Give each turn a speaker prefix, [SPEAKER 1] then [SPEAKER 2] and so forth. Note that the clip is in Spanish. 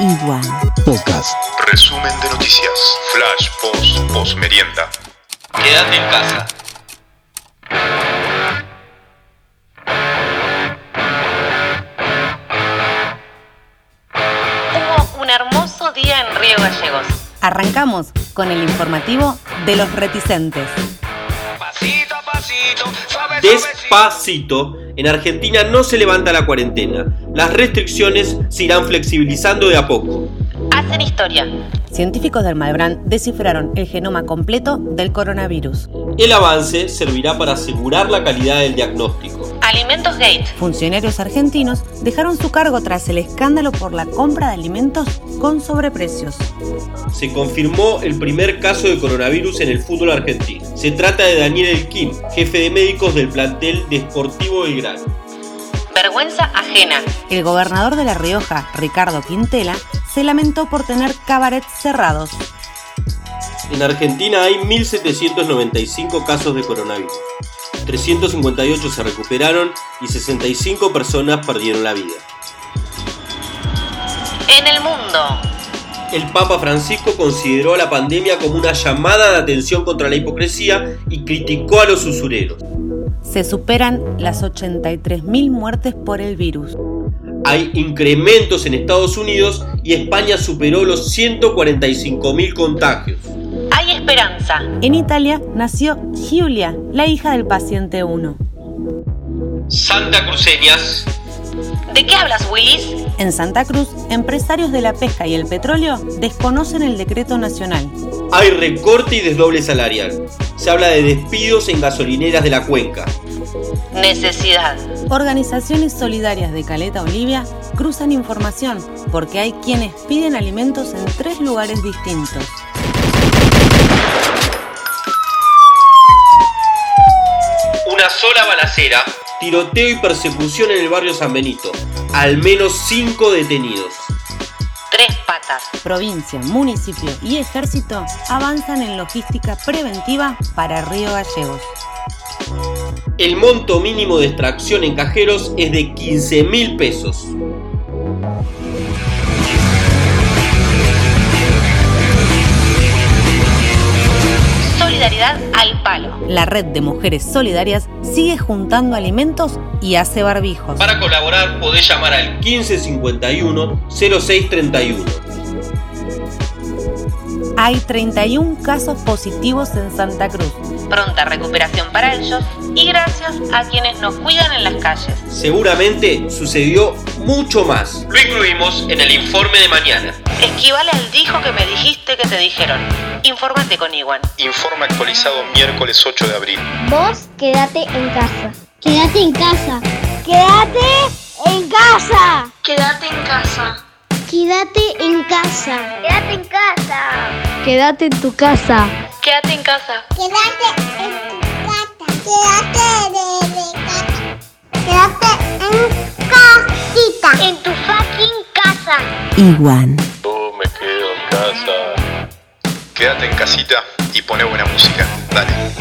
[SPEAKER 1] Lingua.
[SPEAKER 2] Podcast.
[SPEAKER 3] Resumen de noticias. Flash post post merienda.
[SPEAKER 4] Quédate en casa.
[SPEAKER 5] Hubo un hermoso día en Río Gallegos.
[SPEAKER 1] Arrancamos con el informativo de los reticentes.
[SPEAKER 4] Pasito a pasito, suave,
[SPEAKER 6] Despacito, en Argentina no se levanta la cuarentena. Las restricciones se irán flexibilizando de a poco.
[SPEAKER 5] Hacen historia.
[SPEAKER 1] Científicos del Malbrán descifraron el genoma completo del coronavirus.
[SPEAKER 6] El avance servirá para asegurar la calidad del diagnóstico.
[SPEAKER 5] Alimentos Gate.
[SPEAKER 1] Funcionarios argentinos dejaron su cargo tras el escándalo por la compra de alimentos con sobreprecios.
[SPEAKER 6] Se confirmó el primer caso de coronavirus en el fútbol argentino. Se trata de Daniel Elkin, jefe de médicos del plantel de Sportivo Belgrano.
[SPEAKER 5] Vergüenza ajena.
[SPEAKER 1] El gobernador de La Rioja, Ricardo Quintela, se lamentó por tener cabarets cerrados.
[SPEAKER 6] En Argentina hay 1.795 casos de coronavirus. 358 se recuperaron y 65 personas perdieron la vida.
[SPEAKER 5] En el mundo.
[SPEAKER 6] El Papa Francisco consideró la pandemia como una llamada de atención contra la hipocresía y criticó a los usureros.
[SPEAKER 1] Se superan las 83.000 muertes por el virus.
[SPEAKER 6] Hay incrementos en Estados Unidos y España superó los 145.000 contagios.
[SPEAKER 5] Hay esperanza.
[SPEAKER 1] En Italia nació Giulia, la hija del paciente 1.
[SPEAKER 6] Santa Cruceñas
[SPEAKER 5] ¿De qué hablas, Willis?
[SPEAKER 1] En Santa Cruz, empresarios de la pesca y el petróleo desconocen el decreto nacional.
[SPEAKER 6] hay recorte y desdoble salarial. Se habla de despidos en gasolineras de la cuenca.
[SPEAKER 5] Necesidad.
[SPEAKER 1] Organizaciones solidarias de Caleta Olivia cruzan información porque hay quienes piden alimentos en tres lugares distintos.
[SPEAKER 6] Una sola balacera. Tiroteo y persecución en el barrio San Benito. Al menos cinco detenidos.
[SPEAKER 5] Tres patas.
[SPEAKER 1] Provincia, municipio y ejército avanzan en logística preventiva para Río Gallegos.
[SPEAKER 6] El monto mínimo de extracción en cajeros es de 15 mil pesos.
[SPEAKER 5] Solidaridad al palo.
[SPEAKER 1] La red de mujeres solidarias sigue juntando alimentos y hace barbijos.
[SPEAKER 6] Para colaborar podés llamar al 1551 0631.
[SPEAKER 1] Hay 31 casos positivos en Santa Cruz.
[SPEAKER 5] Pronta recuperación para ellos y gracias a quienes nos cuidan en las calles.
[SPEAKER 6] Seguramente sucedió mucho más. Lo incluimos en el informe de mañana.
[SPEAKER 5] Esquivale al dijo que me dijiste que te dijeron. Informate con Iwan.
[SPEAKER 3] Informe actualizado miércoles 8 de abril.
[SPEAKER 7] Vos quédate en casa. Quédate en casa. Quédate en casa.
[SPEAKER 5] Quédate en casa.
[SPEAKER 7] Quédate en casa. Quédate en casa. Quédate en tu casa.
[SPEAKER 5] Quédate en casa.
[SPEAKER 7] Quédate en tu casa. Quédate en casa. Quédate en casita. En tu fucking casa.
[SPEAKER 1] Iguan.
[SPEAKER 3] Yo me quedo en casa.
[SPEAKER 2] Quédate en casita y pone buena música. Dale.